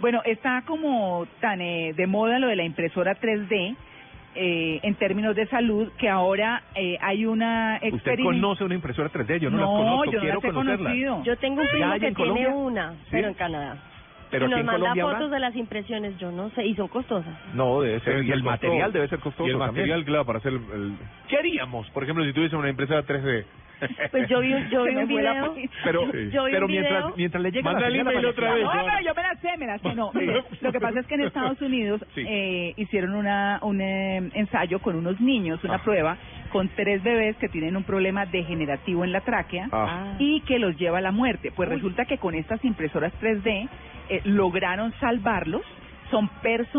Bueno, está como tan eh, de moda lo de la impresora 3D eh, en términos de salud que ahora eh, hay una ¿Usted experiencia. conoce una impresora 3D? Yo no, No, las yo conozco, no quiero las he conocerlas. conocido. Yo tengo un ¿Ya primo hay que en tiene Colombia? una, Sí. pero en Canadá. Pero y aquí nos en manda Colombia habrá. fotos de las impresiones, yo no sé, y son costosas. No, debe ser. Debe Y ser el costoso. material debe ser costoso. Y el material, también. claro, para hacer el, el- ¿Qué haríamos, por ejemplo, si tuviésemos una impresora 3D? Pues yo vi, un- yo Se vi me un fue la video. poli- Pero, Sí. Yo vi pero un mientras, video. mientras le llega Manda la el señal email para otra que- vez. No, pero yo me la sé, me la sé. No, mire, lo que pasa es que en Estados Unidos Sí. eh, hicieron una, un eh, ensayo con unos niños, una Ah. Ajá. prueba, con tres bebés que tienen un problema degenerativo en la tráquea Ah. y que los lleva a la muerte. Pues resulta que con estas impresoras 3D eh, lograron salvarlos, son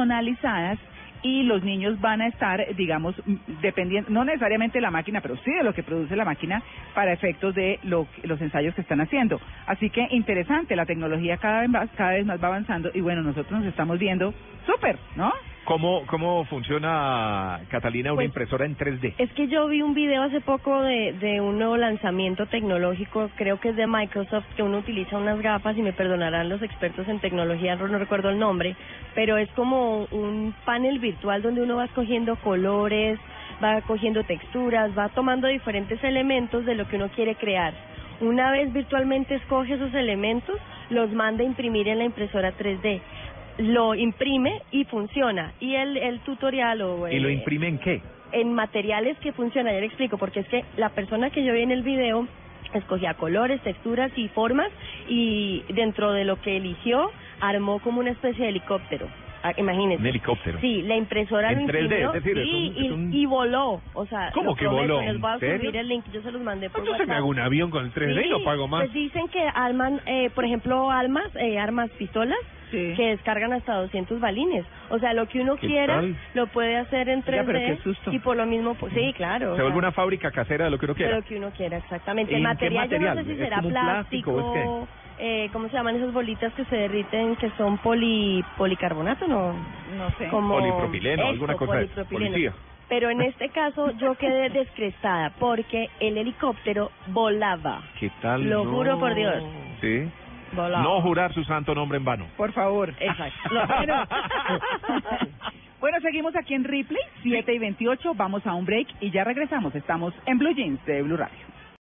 personalizadas y los niños van a estar, digamos, m- dependiendo, no necesariamente de la máquina, pero sí de lo que produce la máquina para efectos de lo que- los ensayos que están haciendo. Así que interesante, la tecnología cada vez más, cada vez más va avanzando y bueno, nosotros nos estamos viendo súper, ¿no? ¿Cómo, ¿Cómo funciona, Catalina, una Pues- impresora en 3D? Es que yo vi un video hace poco de, de un nuevo lanzamiento tecnológico, creo que es de Microsoft, que uno utiliza unas gafas y me perdonarán los expertos en tecnología, no recuerdo el nombre, pero es como un panel virtual donde uno va escogiendo colores, va cogiendo texturas, va tomando diferentes elementos de lo que uno quiere crear. Una vez virtualmente escoge esos elementos, los manda a imprimir en la impresora 3D. Lo imprime y funciona. Y el, el tutorial o... ¿Y lo eh, imprime en qué? en materiales que funcionan. Yo le explico, porque es que la persona que yo vi en el video escogía colores, texturas y formas y dentro de lo que eligió armó como una especie de helicóptero. Ah, Imagínense. Un helicóptero. Sí, la impresora En lo 3D, imprimió, es decir, es sí, un- es y, un- y voló. O sea, ¿Cómo lo que prometo, voló? Les voy a ¿En serio? Pues subir el link, yo se los mandé por Entonces me WhatsApp. hago un avión con el 3D y pues, Sí, lo pago más. Pues dicen que arman, eh, por ejemplo, armas, eh, armas, pistolas, Sí. que descargan hasta 200 balines. O sea, lo que uno ¿Qué quiera tal? lo puede hacer en Oiga, 3D pero qué susto. y por lo mismo, pues sí, claro. o Mm. Se vuelve sea, una fábrica casera de lo que uno de quiera. lo que uno quiera, exactamente. ¿Y El en qué material, yo material? no sé si ¿Es será como un plástico o es qué? plástico, eh, ¿cómo se llaman esas bolitas que se derriten que son poli, policarbonato, no? No sé. como Polipropileno, alguna cosa de polipropileno. policía. Pero en este caso yo quedé descrestada porque el helicóptero volaba. ¿Qué tal? Lo No. juro por Dios. Sí. Volaba. No jurar su santo nombre en vano. Por favor. Exacto. Lo Bueno, juro. bueno, seguimos aquí en Ripley, 7 y 28. Vamos a un break y ya regresamos. Estamos en Blue Jeans de Blue Radio.